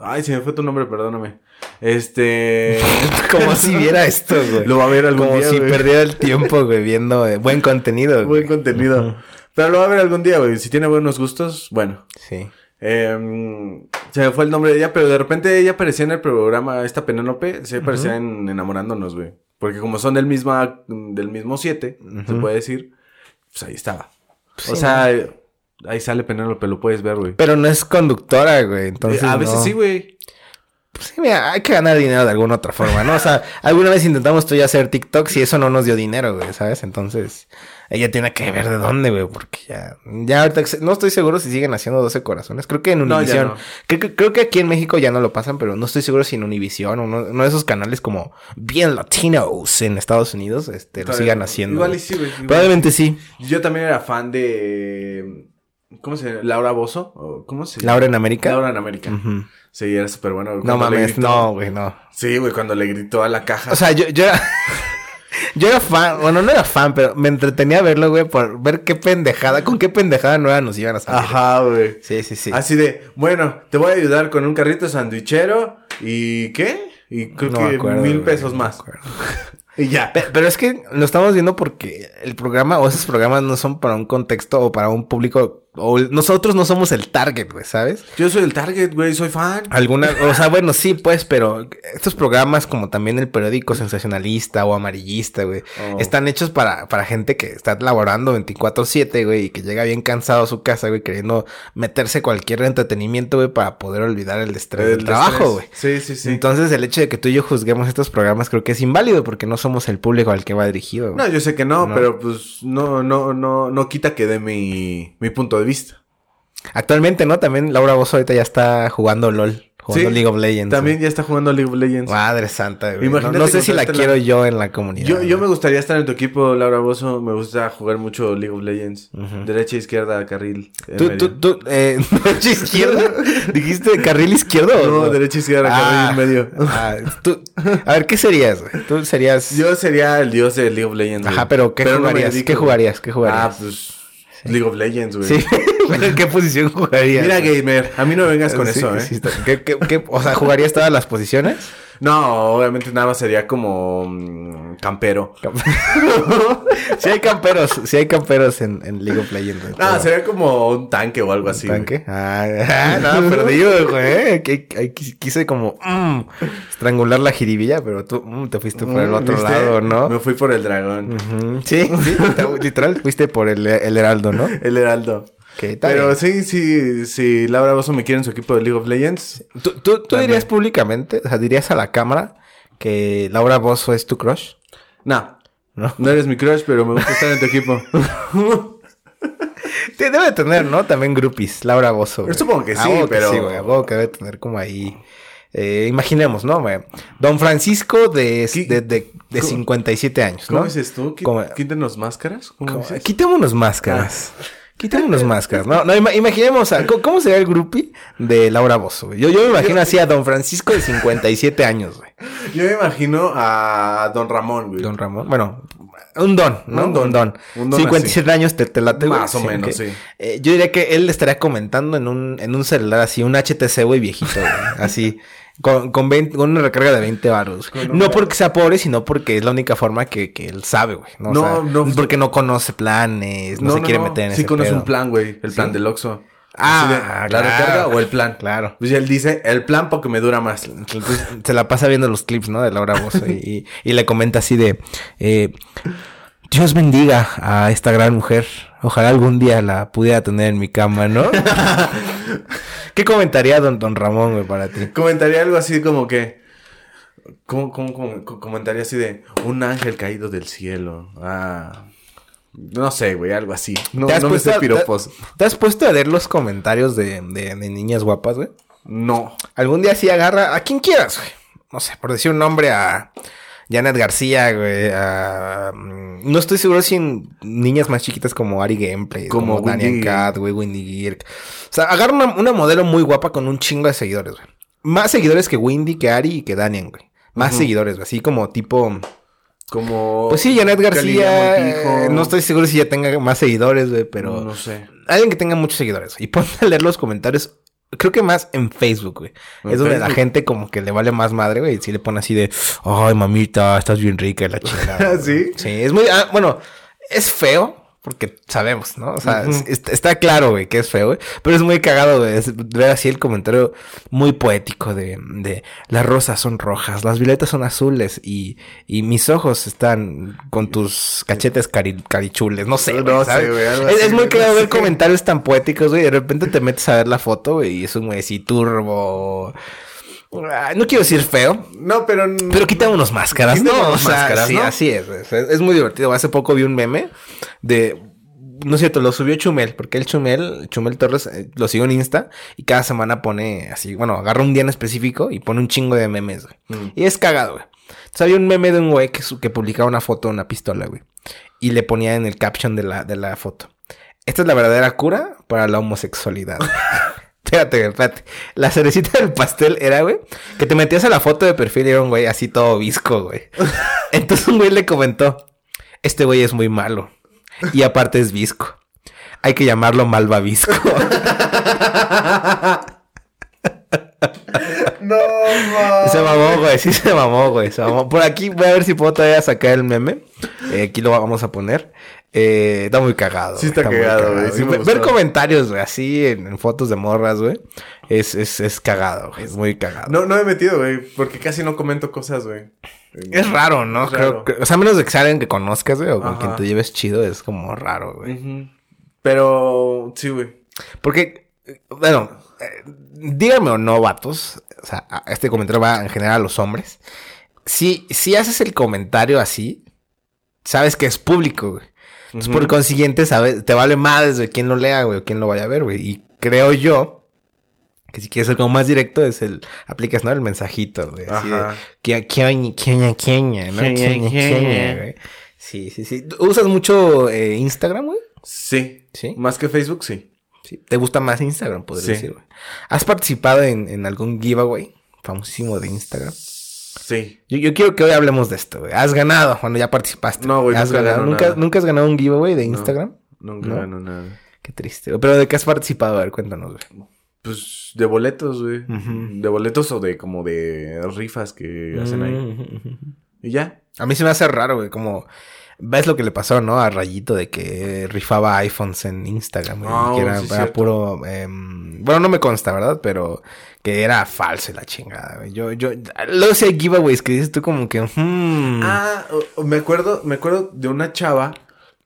Ay, se me fue tu nombre, perdóname. Este Como si viera esto, güey. lo va a ver algún Como día. si güey. perdiera el tiempo, güey, viendo eh, buen contenido. güey. Buen contenido. Pero lo va a ver algún día, güey. Si tiene buenos gustos, bueno. Sí. Em, se me fue el nombre de ella, pero de repente ella aparecía en el programa, esta Penélope, se aparecía en Enamorándonos, güey. Porque como son del misma, del mismo siete, se puede decir, pues ahí estaba. o sea, ahí sale Penélope, lo puedes ver, güey. Pero no es conductora, güey. Entonces. Eh, a veces no. sí, güey. Pues sí, mira, hay que ganar dinero de alguna otra forma, ¿no? O sea, alguna vez intentamos tú y yo hacer TikToks y eso no nos dio dinero, güey, ¿sabes? Entonces, Ella tiene que ver de dónde, güey, porque ya. Ya ahorita no estoy seguro si siguen haciendo 12 corazones. Creo que en No, ya Univision. no. creo, que- creo que aquí en México ya no lo pasan, pero no estoy seguro si en Univision o uno, uno de esos canales como bien latinos en Estados Unidos este, lo Todavía sigan no. haciendo. Igual güey. y sí, güey. igual. Probablemente sí. Yo también era fan de. ¿Cómo se llama? ¿Laura Bozo? ¿O ¿Cómo se llama? Laura en América. Laura en América. Ujú. Sí, era súper bueno. No mames, no, güey, no. Sí, güey, cuando le gritó a la caja. O sea, yo, yo era. Yo era fan, bueno, no era fan, pero me entretenía verlo, güey, por ver qué pendejada, con qué pendejada nueva nos iban a salir. Ajá, Ah, güey. Sí, sí, sí. Así de, bueno, te voy a ayudar con un carrito sandwichero y ¿qué? Y creo No me que acuerdo, mil güey, pesos no me más. acuerdo. Y ya. Pe- Pero es que lo estamos viendo porque el programa o esos programas no son para un contexto o para un público. O el- nosotros no somos el target, güey, ¿sabes? Yo soy el target, güey, soy fan. Algunas, o sea, bueno, sí, pues, pero estos programas, como también el periódico sensacionalista o amarillista, güey, Oh. están hechos para, para gente que está laborando 24-7, güey, y que llega bien cansado a su casa, güey, queriendo meterse cualquier entretenimiento, güey, para poder olvidar el estrés del El trabajo, estrés. güey. Sí, sí, sí. Entonces, el hecho de que tú y yo juzguemos estos programas creo que es inválido porque no somos el público al que va dirigido, no, güey. yo sé que no, No. pero pues no, no, no, no quita que dé mi, mi punto de vista. Actualmente, ¿no? También Laura Bozo ahorita ya está jugando LOL, jugando Sí, League of Legends. También güey. ya está jugando League of Legends. Madre santa, güey. No, Imagínate no sé si la encontrarte la- quiero yo en la comunidad. Yo, yo güey. me gustaría estar en tu equipo, Laura Bozo. Me gusta jugar mucho League of Legends. Derecha, izquierda, carril. en Tú, medio. tú, tú, eh, derecha izquierda. ¿Dijiste carril izquierdo? o No, derecha, izquierda, carril, en medio. ah, tú- a ver, ¿qué serías, güey? Tú serías. Yo sería el dios de League of Legends. güey. Ajá, pero ¿qué no me jugarías? dedico, ¿Qué güey. jugarías? ¿Qué jugarías? Ah, pues League of Legends, güey. sí, pero ¿en qué posición jugarías? Mira, güey? gamer, a mí no me vengas con Sí, eso, ¿eh? sí, está- ¿qué- qué- qué- o sea, ¿jugarías todas las posiciones? No, obviamente nada más sería como mm, campero. Si hay camperos, si hay camperos en, en League of Legends. güey, Ah, pero- sería como un tanque o algo así. güey. ¿Tanque? Ah, ah, no, perdido, güey. Que- que- que- Quise como mm, estrangular la jiribilla, pero tú mm, te fuiste por el Mm, otro ¿viste? lado, ¿no? Mm. Me fui por el dragón, Ujú, Sí, sí, ta- literal, fuiste por el, el heraldo, ¿no? el heraldo. Que tal? Pero sí, sí, sí, Laura Bozo me quiere en su equipo de League of Legends. ¿Tú, tú, tú También. dirías públicamente, o sea, dirías a la cámara que Laura Bozo es tu crush? No, No. no eres mi crush, pero me gusta estar en tu equipo. Sí, Debe de tener, ¿no? También groupies, Laura Bozo. güey. Supongo que A sí, huevo pero- Sí, güey, a huevo que debe tener como ahí... eh, imaginemos, ¿no? güey? Don Francisco de, ¿Qué- de, de, de cómo- 57 años, ¿no? ¿Cómo dices tú? ¿Qui- Como- ¿Quítenos máscaras? ¿Cómo Ah. Como, dices? Quitémonos máscaras. Quitémonos máscaras. No, no, ima- imaginemos a- ¿cómo- ¿cómo sería el groupie de Laura Bozo? güey? Yo, yo me imagino así a Don Francisco de 57 años, güey. Yo me imagino a Don Ramón, güey. Don Ramón. Bueno, un don, ¿no? Un Un don. don. Un don 57 años te, te late, güey. Más o menos, que- sí. eh, yo diría que él le estaría comentando en un, en un celular así, un HTC, güey, viejito, güey, Así. Con, con, 20 con una recarga de 20 baros. Con un No bar- porque sea pobre, sino porque es la única forma que, que él sabe, güey. No, O No, sea, no. Porque no conoce planes, no, se quiere meter en Sí ese conoce pedo. un plan, güey. El plan Sí. del Oxxo. Ah, Así de, ¿La claro. recarga o el plan? Claro. Pues él dice, el plan porque me dura más. Entonces se la pasa viendo los clips, ¿no? De Laura Bozo y, y- y le comenta así de... eh, Dios bendiga a esta gran mujer. Ojalá algún día la pudiera tener en mi cama, ¿no? ¿Qué comentaría don, don Ramón, güey, para ti? Comentaría algo así como que... ¿Cómo, cómo, cómo- co- comentaría así de un ángel caído del cielo? Ah... No sé, güey, algo así. No, ¿Te has no me puesto sé a- te- piropos. ¿Te has puesto a leer los comentarios de, de- de niñas guapas, güey? No. Algún día sí agarra a quien quieras, güey. No sé, por decir un nombre a Janet García, güey. a, mm, No estoy seguro si en niñas más chiquitas como Ari Gameplay, Como como, Wendy Daniel Girk. Cat, güey, Windy Girk. O sea, agarra una, una modelo muy guapa con un chingo de seguidores, güey. Más seguidores que Windy, que Ari y que Danian, güey. Más seguidores, güey. Así como tipo. Como... Pues sí, Janet García. Galilea Oh, Montijo. eh, no estoy seguro si ya tenga más seguidores, güey, pero No sé. alguien que tenga muchos seguidores y ponte a leer los comentarios. Creo que más en Facebook, güey. En Es donde la Facebook. gente como que le vale más madre, güey. Y si le pone así de, ay, mamita, estás bien rica y la chingada. güey. ¿Sí? Sí, es muy, ah, bueno, es feo porque sabemos, ¿no? O sea, es- está, está claro, güey, que es feo, güey. Pero es muy cagado, güey, es ver así el comentario muy poético de, de las rosas son rojas, las violetas son azules y, y mis ojos están con tus cachetes cari- carichules. No sé, No güey, sé, ¿sabes? güey, algo Es, así, es muy güey, cagado no ver sé. comentarios tan poéticos, güey. y De repente te metes a ver la foto, güey, y es un güey así turbo. ah, no quiero decir feo, No, pero. pero quitémonos máscaras, Quitémonos ¿no? O sea, máscaras, sí, ¿no? así es, es. es muy divertido. Hace poco vi un meme de. No es cierto, lo subió Chumel, porque el Chumel, Chumel Torres, eh, lo sigue en Insta y cada semana pone así, bueno, agarra un día en específico y pone un chingo de memes, güey. Mm. Y es cagado, güey. Entonces había un meme de un güey que, su- que publicaba una foto de una pistola, güey. Y le ponía en el caption de la, de la foto. Esta es la verdadera cura para la homosexualidad. espérate, güey, espérate. La cerecita del pastel era, güey, que te metías a la foto de perfil y era un güey así todo visco, güey. Entonces un güey le comentó, este güey es muy malo. Y aparte es visco. Hay que llamarlo malvavisco. No, Se mamó, güey. Sí se mamó, güey. Se mamó. Por aquí voy a ver si puedo todavía sacar el meme. Eh, aquí lo vamos a poner. Eh, está muy cagado. Sí güey, está muy cagado, güey, sí me Ve- ver, gustó. comentarios, güey, así en, en fotos de morras, güey. Es, es, es cagado, güey. Es muy cagado. No, no me he metido, güey, porque casi no comento cosas, güey. Es raro, ¿no? Es Creo, raro. que- o sea, a menos de que sea alguien que conozcas, güey, o con Ajá. quien te lleves chido, es como raro, güey. Ujú. Pero sí, güey. Porque, eh, bueno, eh, díganme o no, vatos. O sea, a- este comentario va en general a los hombres. Si, si haces el comentario así, sabes que es público, güey. Entonces, por Ujú. consiguiente, sabes, te vale más de quién lo lea, güey, o quién lo vaya a ver, güey. Y creo yo que si quieres ser como más directo, es el, aplicas, ¿no? El mensajito, güey. Así de, Ajá. Kia- Kioñi, kioña, kioña, ¿no? Kioña, Kioña, kioña. kioña, güey. Sí, sí, sí. ¿Tú ¿Usas mucho eh, Instagram, güey? Sí. Sí. Más que Facebook, sí. Sí, ¿Te gusta más Instagram, podría Sí. decir, güey? ¿Has participado en, en algún giveaway famosísimo de Instagram? Sí. Yo, yo quiero que hoy hablemos de esto, güey. ¿Has ganado? Bueno, ya participaste. No, güey, ¿Has nunca ganado? gano ¿Nunca, nada. nunca has ganado un giveaway de No. Instagram? Nunca ¿No? gano nada. Qué triste. güey. ¿Pero de qué has participado? A ver, cuéntanos, güey. Pues de boletos, güey. Ujú. De boletos o de como de rifas que hacen ahí. Mm, ujú, ujú. Y ya. A mí se me hace raro, güey, como... ¿Ves lo que le pasó, no? A Rayito de que rifaba iPhones en Instagram, güey. Ah, que era, sí, era cierto. puro... em, bueno, no me consta, ¿verdad? Pero que era falso y la chingada, güey. Yo, yo... Luego sí hay giveaways que dices tú como que... hmm, Ah, o- o me acuerdo, me acuerdo de una chava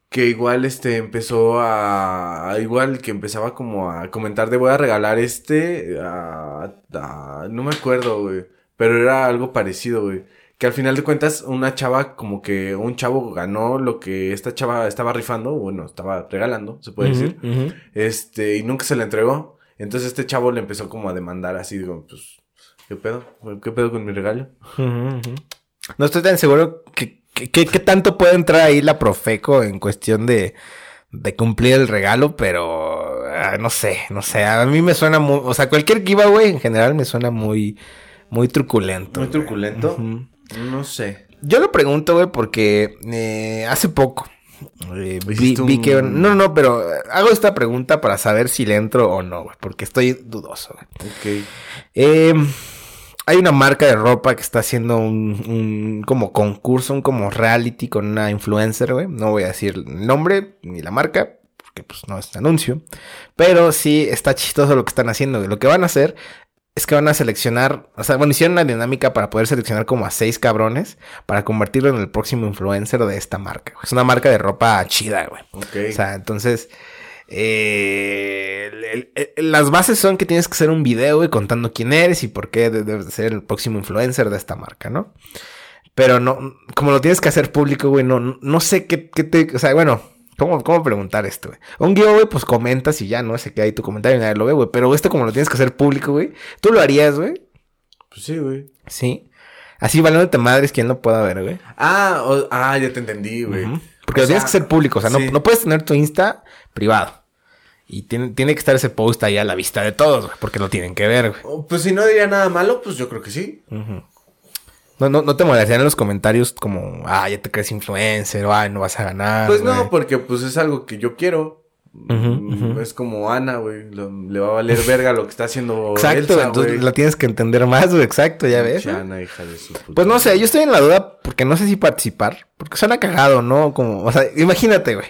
que igual este empezó a, a igual que empezaba como a comentar de voy a regalar este a, a- no me acuerdo, güey, pero era algo parecido, güey. Que al final de cuentas una chava como que un chavo ganó lo que esta chava estaba rifando, bueno, estaba regalando, se puede ujú, decir. ujú. Este, y nunca se la entregó. Entonces este chavo le empezó como a demandar así, digo, pues, ¿qué pedo? ¿Qué pedo con mi regalo? Ujú, ujú. No estoy tan seguro que, que- que- que tanto puede entrar ahí la Profeco en cuestión de, de cumplir el regalo, pero ah, no sé, no sé. A mí me suena muy. O sea, cualquier giveaway en general me suena muy, muy truculento. Muy güey. truculento. Ujú. No sé. Yo lo pregunto, güey, porque eh, hace poco. eh, vi, Hiciste vi que... un- No, no, pero eh, hago esta pregunta para saber si le entro o no, güey, porque estoy dudoso. güey. Ok. Eh, hay una marca de ropa que está haciendo un, un como concurso, un como reality con una influencer, güey. No voy a decir el nombre ni la marca, porque pues no es anuncio. Pero sí está chistoso lo que están haciendo. güey. Lo que van a hacer es que van a seleccionar, o sea, bueno, hicieron una dinámica para poder seleccionar como a seis cabrones para convertirlo en el próximo influencer de esta marca. güey. Es una marca de ropa chida, güey. Ok. O sea, entonces. eh, el- el- el- las bases son que tienes que hacer un video, güey, contando quién eres y por qué de- debes de ser el próximo influencer de esta marca, ¿no? Pero no, como lo tienes que hacer público, güey, no, no sé qué, qué te. O sea, bueno, ¿cómo, cómo preguntar esto, güey? Un giveaway, pues comentas y ya, ¿no? Se queda ahí tu comentario y nadie lo ve, güey. Pero esto, como lo tienes que hacer público, güey, tú lo harías, güey. pues sí, güey. Sí. Así valiéndote madres quien lo pueda ver, güey. Ah, o- ah, ya te entendí, güey. Ujú. Porque O lo tienes sea, que hacer público. O sea, no, sí. no puedes tener tu Insta privado. Y tiene, tiene que estar ese post ahí a la vista de todos, güey, porque lo tienen que ver, güey. Oh, Pues si no diría nada malo, pues yo creo que sí. No, no, no te molestarían en los comentarios como, ah, ya te crees influencer, o, ay, no vas a ganar. pues no, Ah, güey". porque pues es algo que yo quiero. Mm, Ujú, ujú. Es como Ana, güey. lo- Le va a valer verga lo que está haciendo Exacto, Elsa, entonces güey. la tienes que entender más, güey, exacto, ya ves. Pinche güey. Ana, hija de su puta Pues no sé, madre. yo estoy en la duda porque no sé si participar, porque suena cagado, ¿no? Como, o sea, imagínate, güey.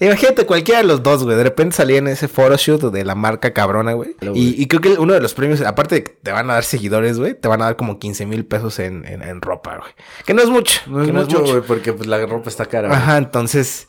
Imagínate cualquiera de los dos, güey. De repente salí en ese photoshoot de la marca cabrona, güey. Claro, güey. Y, y creo que uno de los premios, aparte de que te van a dar seguidores, güey, te van a dar como 15 mil pesos en, en- en ropa, güey. Que no es mucho. No es que mucho, güey, porque pues la ropa está cara. güey. Ajá, entonces,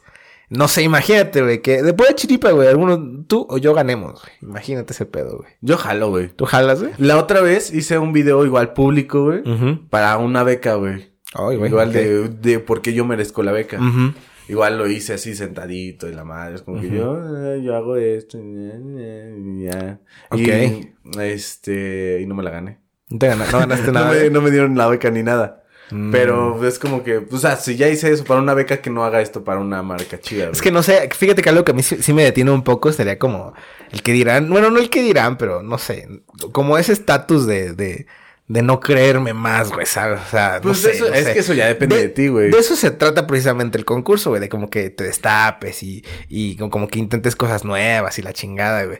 No sé, imagínate, güey, que después de Chiripa, güey, alguno tú o yo ganemos, güey. Imagínate ese pedo, güey. Yo jalo, güey. ¿Tú jalas, güey? La otra vez hice un video igual público, güey, para una beca, güey. Ay, Mm. güey. Igual ok. de, de por qué yo merezco la beca. Ujú. Igual lo hice así sentadito y la madre. Es como que yo, eh, yo hago esto. y ya. Y, este, y no me la gané. No te gana- no ganaste No nada. me, güey. no me dieron la beca ni nada. Mm. Pero es como que, o sea, si ya hice eso para una beca, que no haga esto para una marca chida. güey. Es que no sé, fíjate que algo que a mí sí, sí me detiene un poco sería como el que dirán, bueno, no el que dirán, pero no sé, como ese estatus de, de, de no creerme más, güey, ¿sabes? O sea, no Pues sé, eso- no es sé. que eso ya depende de, ti, güey. De eso se trata precisamente el concurso, güey, de como que te destapes y, y como, como que intentes cosas nuevas y la chingada, güey.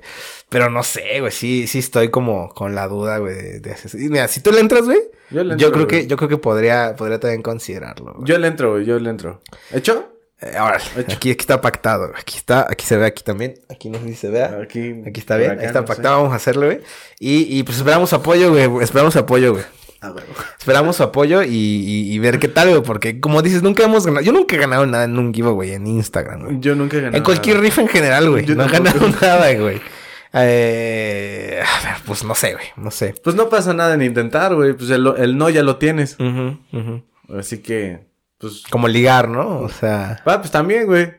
Pero no sé, güey, sí, sí estoy como con la duda, güey, de, de hacer- y Mira, si tú le entras, güey, Yo yo, le entro, creo güey. que, yo creo que podría, podría también considerarlo. güey. Yo le entro, güey, yo le entro. ¿Hecho? Eh, órale, Ocho. aquí, aquí está pactado. güey. Aquí está, aquí se ve aquí también. Aquí no sé si se vea. Ah, Aquí, Aquí está por bien, acá, ahí está no sé. pactado, vamos a hacerlo, güey. Y, y pues esperamos apoyo, güey. Esperamos apoyo, güey. Ah, güey. Esperamos su apoyo y, y- y ver qué tal, güey. Porque como dices, nunca hemos ganado. Yo nunca he ganado nada en un giveaway en Instagram, güey. Yo nunca he ganado. En cualquier nada. rifa en general, güey. Yo No he tampoco. ganado nada, güey. Eh, a ver, pues no sé, güey. No sé. Pues no pasa nada en intentar, güey. Pues el, el no ya lo tienes. Así que, pues. Como ligar, ¿no? O sea, Ah, pues también, güey.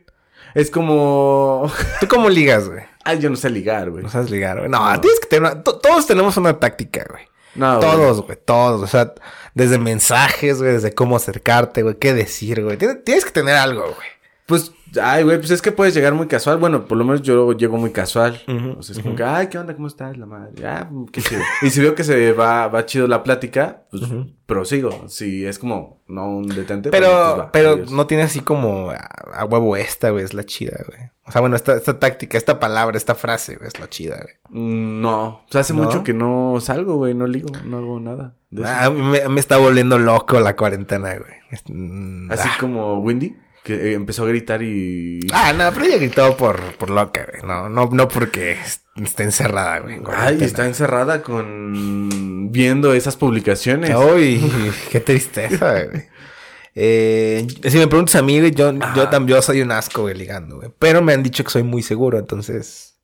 Es como. ¿tú cómo ligas, güey? Ay, yo no sé ligar, güey. No sabes ligar, güey. No, tienes que tener una... to- Todos tenemos una táctica, güey. No, Ah, güey. Todos, güey, todos. O sea, desde mensajes, güey, desde cómo acercarte, güey, qué decir, güey. Tienes, tienes que tener algo, güey. Pues, ay, güey, pues es que puedes llegar muy casual. Bueno, por lo menos yo llego muy casual. Ujú, O sea, es como que, ay, ¿qué onda? ¿Cómo estás? La madre. Ah, qué chido. y si veo que se va, va chido la plática, pues prosigo. Si es como, no un detente. bueno, pues Pero, va, pero adiós. no tiene así como a, a huevo esta, güey, es la chida, güey. O sea, bueno, esta, esta táctica, esta palabra, esta frase, güey, es la chida, güey. Mm, No. O sea, hace ¿No? mucho que no salgo, güey. No ligo, no hago nada. de eso. Ah, a mí me, me está volviendo loco la cuarentena, güey. Es- mm, Así ah. como Windy, que eh, empezó a gritar y. Ah, no, pero ella gritó por, por loca, güey. No, no, no porque est- esté encerrada, güey. en Ay, cuarentena. está encerrada con. viendo esas publicaciones. Uy, qué tristeza, güey. Eh, si me preguntas a mí, güey, yo, yo Ajá. también yo soy un asco, güey, ligando, güey. Pero me han dicho que soy muy seguro, entonces.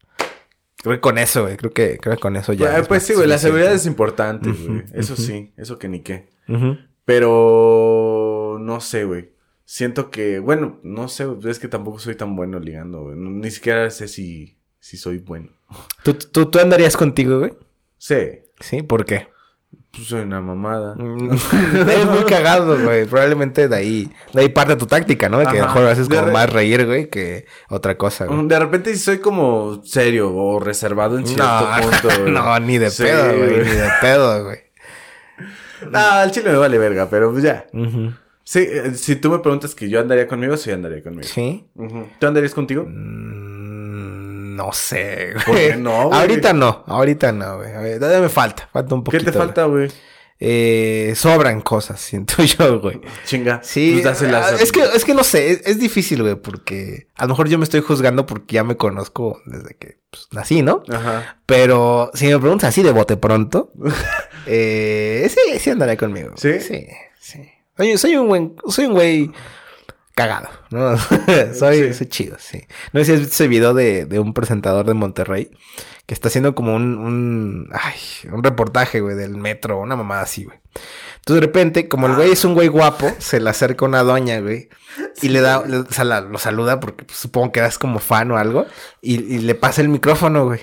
Creo que con eso, güey. Creo que, creo que con eso ya. Pues, es pues más sí, güey, la seguridad suficiente. es importante, Ujú, güey. Eso ujú. sí, eso que ni qué. Ujú. Pero no sé, güey. Siento que, bueno, no sé, güey, es que tampoco soy tan bueno ligando, güey. No- Ni siquiera sé si, si soy bueno. ¿Tú, tú, tú andarías contigo, güey? Sí, Sí, ¿por qué? pues soy una mamada. Mm, Eres muy cagado, güey. Probablemente de ahí, de ahí parte tu táctica, ¿no? De que Ajá. mejor haces De como re- más reír, güey, que otra cosa, güey. De repente sí soy como serio o reservado en cierto punto. güey. no, ni de Sí, pedo, güey. Ni de pedo, güey. Ah, al chile me vale verga, pero pues ya. Sí, eh, si tú me preguntas que yo andaría conmigo, sí andaría conmigo. Sí. Ujú. ¿Tú andarías contigo? Mm, No sé, güey. ¿Por qué no, güey? Ahorita no, ahorita no, güey. A ver, todavía me falta, falta un ¿Qué poquito. te falta, güey? güey. Eh, sobran cosas, siento yo, güey. Chinga. Sí, ah, Pues dáselas a- es que, es que no sé, es, es difícil, güey, porque a lo mejor yo me estoy juzgando porque ya me conozco desde que pues, nací, ¿no? Ajá. Pero si me preguntas así de bote pronto, eh, sí, sí andaré conmigo. ¿Sí? Sí, sí. Soy, soy un buen, soy un güey cagado, ¿no? soy, Sí. soy chido, sí. No sé si has visto ese video de, de un presentador de Monterrey que está haciendo como un, un, ay, un reportaje, güey, del metro, una mamada así, güey. Entonces, de repente, como el Ah. güey es un güey guapo, se le acerca una doña, güey, y le da, le- o sea, la- lo saluda porque pues, supongo que eras como fan o algo, y, y le pasa el micrófono, güey.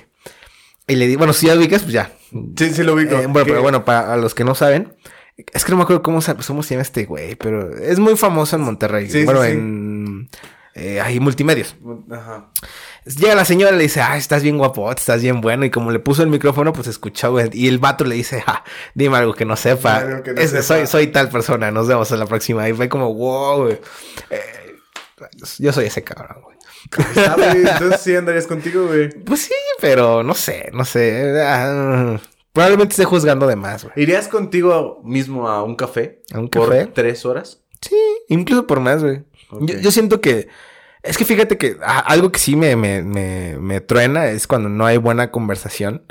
Y le digo, bueno, si ya ubicas, pues ya. Sí, sí lo ubico. Eh, bueno, ¿Qué? pero bueno, para a los que no saben, es que no me acuerdo cómo, sa- cómo se llama este güey, pero es muy famoso en Monterrey. Sí, sí, bueno, sí. en. eh, ahí, multimedios. Ajá. Llega la señora y le dice, ah, estás bien guapo, estás bien bueno. Y como le puso el micrófono, pues escuchó, güey. Y el vato le dice, ah, dime algo que no sepa. Dime algo que no Es- sepa. Soy, soy tal persona, nos vemos en la próxima. Y fue como, wow, güey. Eh, yo soy ese cabrón, güey. Ah, güey, Entonces sí andarías contigo, güey. Pues sí, pero no sé, no sé. Ah, probablemente esté juzgando de más, güey. ¿Irías contigo mismo a un café? ¿A un ¿Por café? tres horas? Sí, incluso por más, güey. Yo- Ok. Yo, siento que. Es que fíjate que a- algo que sí me, me, me, me truena es cuando no hay buena conversación.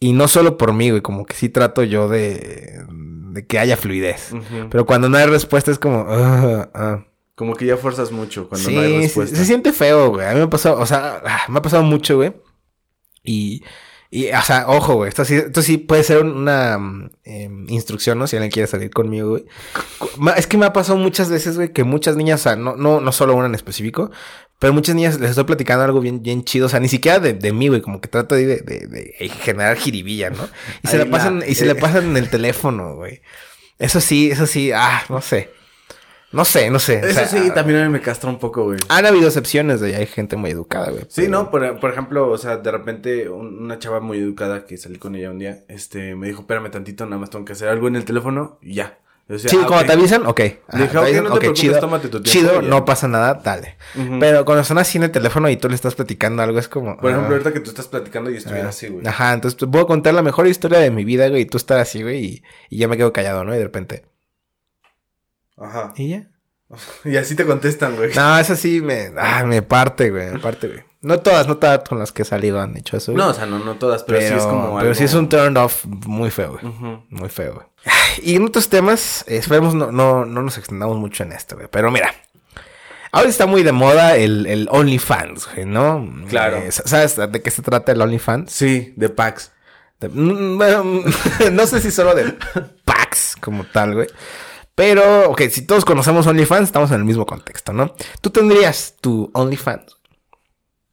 Y no solo por mí, güey, como que sí trato yo de, de que haya fluidez. Ujú. Pero cuando no hay respuesta es como. "Ah, ah". Como que ya fuerzas mucho cuando sí, no hay se, respuesta. se siente feo, güey. A mí me ha pasado, o sea, ah, me ha pasado mucho, güey. Y, y, o sea, ojo, güey. Esto sí, esto sí puede ser un- una mm, eh, instrucción, ¿no? Si alguien quiere salir conmigo, güey. Cu- ma- Es que me ha pasado muchas veces, güey, que muchas niñas, o sea, no, no, no solo una en específico, pero muchas niñas les estoy platicando algo bien, bien chido. O sea, ni siquiera de, de mí, güey. Como que trato ahí de, de- de generar jiribilla, ¿no? Y se Ahí la la- pasan, y se la pasan en el teléfono, güey. Eso sí, eso sí, ah, no sé. No sé, no sé. O Eso sea, sí, también a mí me castra un poco, güey. han habido excepciones de hay gente muy educada, güey. Sí, pero- ¿no? Por, por ejemplo, o sea, de repente un- una chava muy educada que salí con ella un día, este, me dijo, espérame tantito, nada más tengo que hacer algo en el teléfono y ya. Yo decía, Sí, "Ah, cuando ok". te avisan, ok. Ajá, Dije, te Ah, ok, avisan, no te ok, preocupes, chido, tómate tu tiempo Chido, y ya. no pasa nada, dale. Ujú. Pero cuando son así en el teléfono y tú le estás platicando algo, es como... Por ejemplo, ah, ahorita que tú estás platicando y yo estuviera ah, así, güey. Ajá, entonces te puedo contar la mejor historia de mi vida, güey, y tú estás así, güey, y, y ya me quedo callado, ¿no? Y de repente... Ajá. ¿Y ya? Y así te contestan, güey. No, esa sí me... Ah, me parte, güey, me parte, güey. No todas, no todas con las que he salido han hecho eso, güey. No, o sea, no, no todas, pero, sí es como Pero algo- sí es un turn off muy feo, güey. Ujú. Muy feo, güey. Y en otros temas, eh, esperemos no, no, no nos extendamos mucho en esto, güey. Pero mira, ahora está muy de moda el, el OnlyFans, güey, ¿no? Claro. Eh, ¿Sabes de qué se trata el OnlyFans? Sí, de packs. De- mm, bueno, mm, no sé si solo de packs como tal, güey. Pero, ok, si todos conocemos OnlyFans, estamos en el mismo contexto, ¿no? Tú tendrías tu OnlyFans,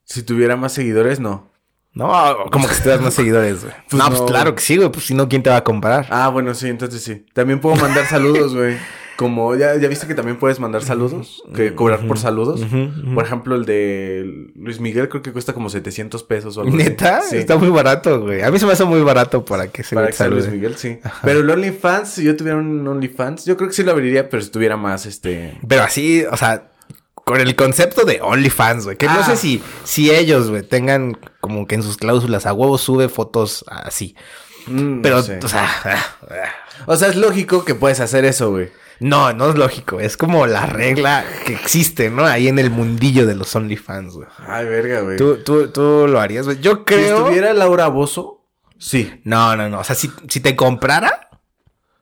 Si tuviera más seguidores, no. ¿no? Ah, Como que si tuvieras más seguidores, güey. Pues no, pues no. claro que sí, güey. Pues si no, ¿quién te va a comparar? Ah, bueno, sí, entonces sí. También puedo mandar saludos, güey. Como, ¿ya, ¿ya viste que también puedes mandar saludos? Que cobrar por saludos. Por ejemplo, el de Luis Miguel creo que cuesta como 700 pesos o algo así. Neta, Sí. está muy barato, güey. A mí se me hace muy barato para que se Para me que sea Luis salude. Miguel, sí. Pero el OnlyFans, si yo tuviera un OnlyFans, yo creo que sí lo abriría, pero si tuviera más, este... Pero así, o sea, con el concepto de OnlyFans, güey. Que no Ah. sé si, si ellos, güey, tengan como que en sus cláusulas a huevo sube fotos así. mm, no Pero, sé. o sea, ah, ah. o sea, es lógico que puedes hacer eso, güey. no, no es lógico. Es como la regla que existe, ¿no? Ahí en el mundillo de los OnlyFans, güey. Ay, verga, güey. Tú, tú, tú lo harías, güey. Yo Si creo. estuviera Laura Bozo, sí. No, no, no. O sea, si, si te comprara,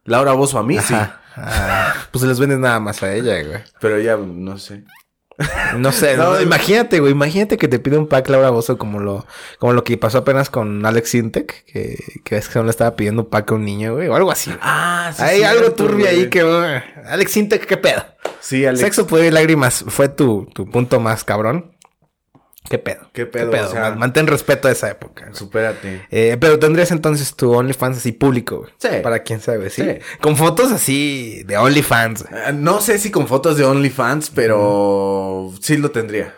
Laura Bozo a mí, ajá, ah, pues les vendes nada más a ella, güey. sí. Pero ya, no sé. No sé, No, no, no. imagínate, güey, imagínate que te pide un pack Laura Bozo como lo, como lo que pasó apenas con Alex Sintek, que, que es que no le estaba pidiendo un pack a un niño, güey, o algo así. Ah, sí. Hay sí, algo cierto, turbio ahí güey. que, güey, Alex Sintek, ¿qué pedo? Sí, Alex. Sexo, poder y lágrimas fue tu, tu punto más cabrón. ¿Qué pedo? ¿Qué pedo? O sea- Man- Mantén respeto a esa época. güey. Supérate. Eh, pero tendrías entonces tu OnlyFans así público, güey. Sí. Para quién sabe, ¿sí? Sí. Con fotos así de OnlyFans. güey. Ah, No sé si con fotos de OnlyFans, pero sí lo tendría.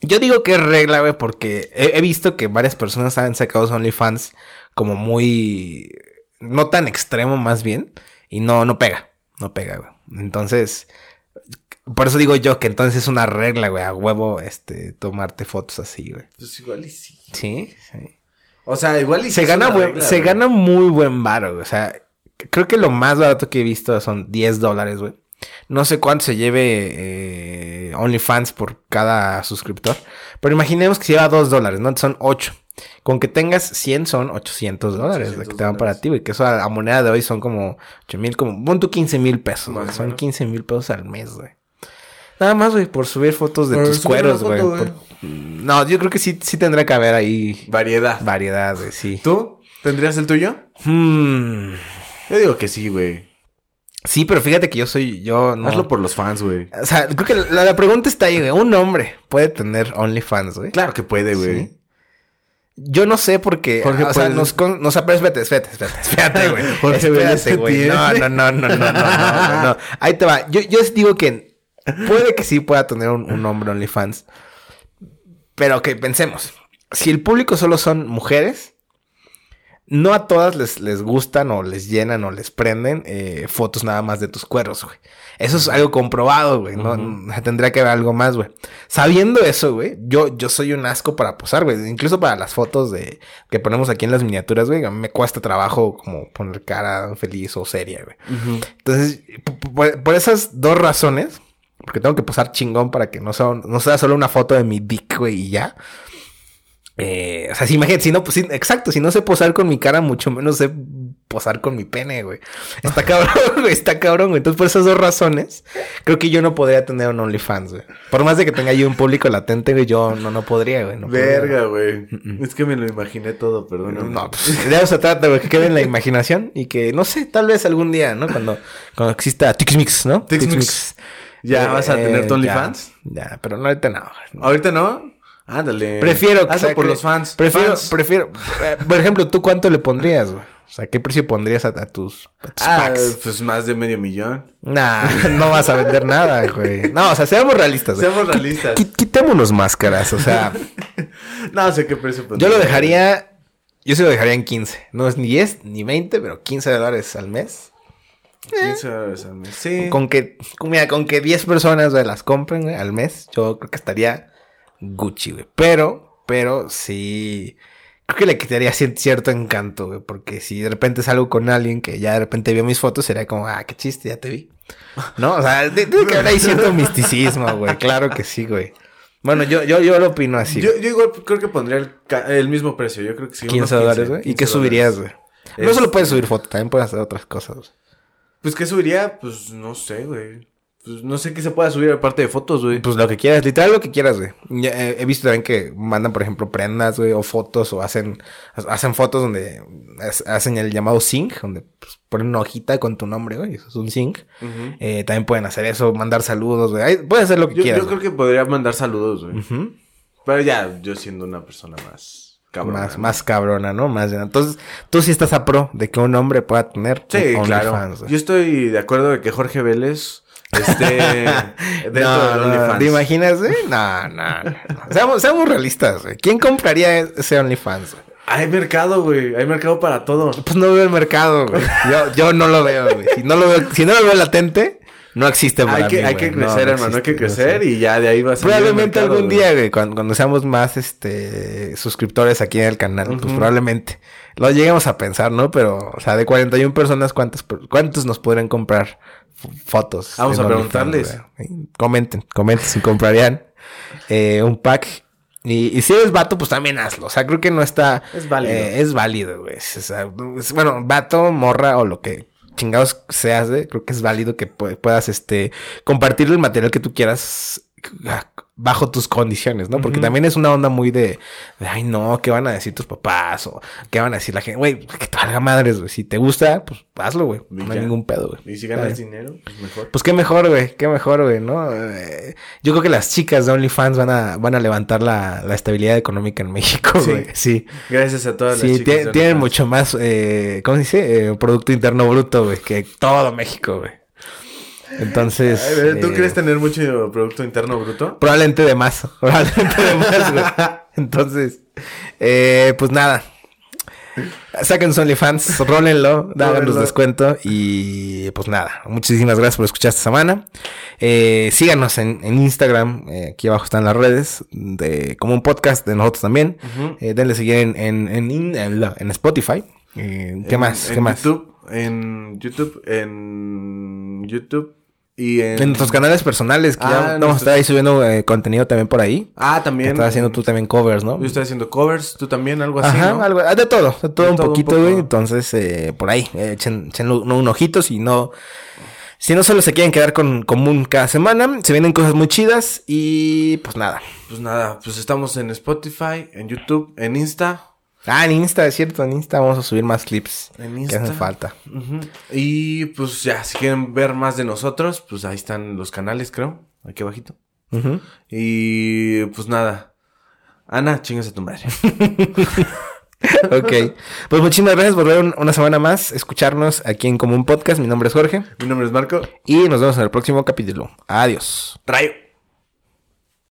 Yo digo que es regla, güey, porque he, he visto que varias personas han sacado su OnlyFans como muy... No tan extremo, más bien. Y no, no pega. No pega, güey. Entonces... Por eso digo yo que entonces es una regla, güey, a huevo, este, tomarte fotos así, güey. Pues igual y sí. Sí, sí. O sea, igual y sí Se es gana, una buen- regla, se güey. gana muy buen varo, güey. O sea, creo que lo más barato que he visto son 10 dólares, güey. No sé cuánto se lleve eh, OnlyFans por cada suscriptor. Pero imaginemos que se lleva 2 dólares, ¿no? Son 8. Con que tengas 100 son 800 dólares de que 800 te van para dólares. ti, güey. Que eso a, a moneda de hoy son como 8 mil, como... Pon tu 15 mil pesos, güey. Más o Son menos. 15 mil pesos al mes, güey. Nada más, güey, por subir fotos de Por tus subir una cueros, güey. foto, por- güey. No, yo creo que sí, sí tendrá que haber ahí Variedad. variedad, güey, sí. ¿Tú tendrías el tuyo? Hmm. Yo digo que sí, güey. Sí, pero fíjate que yo soy, yo no. Hazlo por los fans, güey. O sea, creo que la, la pregunta está ahí, güey. Un hombre puede tener OnlyFans, güey. Claro que puede, güey. Sí. Yo no sé porque, Jorge, o sea, pues- nos, con, nos apre- espérate, espérate, espérate, espérate, güey. Jorge espérate, Vélez güey. No, no, tiene. no, no, no, no, no, no, no. Ahí te va. Yo, yo digo que puede que sí pueda tener un, un hombre OnlyFans. Pero que pensemos. Si el público solo son mujeres, no a todas les, les gustan o les llenan o les prenden eh, fotos nada más de tus cueros, güey. Eso es algo comprobado, güey. No, No- Tendría que haber algo más, güey. Sabiendo eso, güey, yo, yo soy un asco para posar, güey. Incluso para las fotos de que ponemos aquí en las miniaturas, güey. A mí me cuesta trabajo como poner cara feliz o seria, güey. Ujú. Entonces, p- p- por, por esas dos razones, porque tengo que posar chingón para que no sea, un- no sea solo una foto de mi dick, güey, y ya. Eh, o sea, si imagínate, si no, pues, si- exacto, si no sé posar con mi cara, mucho menos sé posar con mi pene, güey. Está cabrón, güey, está cabrón, güey. Entonces, por esas dos razones, creo que yo no podría tener un OnlyFans, güey. Por más de que tenga yo un público latente, güey, yo no, no podría, güey. No Verga, güey. Es que me lo imaginé todo, perdóname. podría. No, pues, de eso se trata, güey, que quede en la imaginación y que, no sé, tal vez algún día, ¿no? Cuando, cuando exista Tixmix, ¿no? Tixmix. ¿Ya Eh, vas a tener tu ya, OnlyFans? Ya, pero no ahorita no. ¿Ahorita no? Ándale. Prefiero que Hazlo sea por que- los fans. Prefiero, Fans. prefiero. eh, por ejemplo, ¿tú cuánto le pondrías, güey? O sea, ¿qué precio pondrías a, a tus, a tus Ah, packs? pues más de medio millón. Nah, no vas a vender nada, güey. No, o sea, seamos realistas, güey. Seamos realistas. Qui- Quitémonos máscaras, o sea, No sé qué precio yo pondría. lo dejaría, yo se lo dejaría en 15. No es ni 10 ni 20, pero 15 dólares al mes. 15 dólares al mes. Sí. eh? Con que, con- mira, con que 10 personas güey, las compren güey, al mes, yo creo que estaría Gucci, güey. Pero, pero sí. Creo que le quitaría cier- cierto encanto, güey. Porque si de repente salgo con alguien que ya de repente vio mis fotos, sería como, ah, qué chiste, ya te vi. ¿No? O sea, de- tiene que haber ahí cierto misticismo, güey. Claro que sí, güey. Bueno, yo, yo, yo lo opino así. Yo, yo igual creo que pondría el, ca- el mismo precio. Yo creo que sí. unos 15 dólares, güey. ¿Y 15 qué subirías, güey? No Es- solo puedes subir fotos, también puedes hacer otras cosas. güey. Pues, ¿qué subiría? Pues, no sé, güey. Pues, no sé qué se pueda subir aparte de fotos, güey. Pues lo que quieras, literal lo que quieras, güey. Ya, eh, He visto también que mandan, por ejemplo, prendas, güey, o fotos, o hacen, hacen fotos donde ha- hacen el llamado sync, donde pues, ponen una hojita con tu nombre, güey, eso es un sync. Ujú. Eh, también pueden hacer eso, mandar saludos, güey. Ay, Puedes hacer lo que Yo, quieras. yo creo que podría mandar saludos, güey. güey. Ujú. Pero ya, yo siendo una persona más cabrona. Más, más cabrona, ¿no? Más llena. Entonces, tú sí estás a pro de que un hombre pueda tener Sí, un claro. OnlyFans, güey. Yo estoy de acuerdo de que Jorge Vélez esté dentro No, del no, OnlyFans. ¿Te imaginas, güey? No, no, no. Seamos, seamos realistas, güey. ¿Quién compraría ese OnlyFans, güey? Hay mercado, güey. Hay mercado para todo. Pues no veo el mercado, güey. Yo, yo no lo veo, güey. Si no lo veo, si no lo veo latente, no existe para Hay que, mí, hay güey. que No, crecer, no hermano. Hay existe, que no crecer sé. y ya de ahí va a salir el Probablemente mercado, algún güey. día, güey, cuando, cuando seamos más este suscriptores aquí en el canal, pues probablemente lo lleguemos a pensar, ¿no? Pero, o sea, de 41 personas, ¿cuántos, per- cuántos nos podrían comprar f- fotos? Vamos en a OnlyFans, preguntarles. güey? Sí, Comenten, comenten si comprarían eh, un pack. Y, y si eres vato, pues también hazlo. O sea, creo que no está. Es válido. eh, es válido, güey. O sea, es- bueno, vato, morra o lo que chingados seas, güey. Creo que es válido que pue- puedas este compartir el material que tú quieras ah, bajo tus condiciones, ¿no? Porque también es una onda muy de, de, ay, no, ¿qué van a decir tus papás? O ¿qué van a decir la gente? Güey, que te valga madres, güey. Si te gusta, pues hazlo, güey. Y No hay ya. ningún pedo, güey. Y si Está ganas bien. dinero, pues mejor. Pues qué mejor, güey, qué mejor, güey, ¿no? Eh, yo creo que las chicas de OnlyFans van a, van a levantar la, la estabilidad económica en México, Sí. güey. Sí, Gracias a sí, todas las chicas. tie- de tienen OnlyFans. mucho más, eh, ¿cómo se dice? Eh, Producto Interno Bruto, güey, que todo México, güey. Entonces... Ay, güey, ¿Tú eh, crees tener mucho Producto Interno Bruto? Probablemente de más, probablemente de más, güey. Entonces, eh, pues nada. Saquen su OnlyFans, rólenlo, háganos Rólenlo. descuento y pues nada. Muchísimas gracias por escuchar esta semana. Eh, síganos en, en Instagram, eh, aquí abajo están las redes, de, como un podcast de nosotros también. Eh, denle seguir en, en, en, in- en la- en Spotify. Eh, ¿Qué En- más? En ¿Qué más? YouTube, en YouTube, en YouTube y en... En nuestros canales personales, que Ah, ya vamos a estar ahí subiendo eh, contenido también por ahí. Ah, Que también. Estás haciendo tú también covers, ¿no? Yo estoy haciendo covers, tú también, algo así, Ajá, Pues ¿no? algo, ah, de todo, de todo De un todo un poquito, poco. güey. Entonces, eh, por ahí, eh, echen, echenle un, un ojito si no. Si no solo se quieren quedar con común cada semana, se vienen cosas muy chidas y pues nada. Pues nada, pues estamos en Spotify, en YouTube, en Insta. Ah, en Insta, es cierto, en Insta vamos a subir más clips En que Insta. hacen falta. Ujú. Y pues ya, si quieren ver más de nosotros, pues ahí están los canales, creo. Aquí abajito. Ujú. Y pues nada. Ana, chingas a tu madre. ok, pues muchísimas gracias por ver un- una semana más, escucharnos aquí en Común Podcast. Mi nombre es Jorge Mi nombre es Marco. y nos vemos en el próximo capítulo. Adiós. Rayo.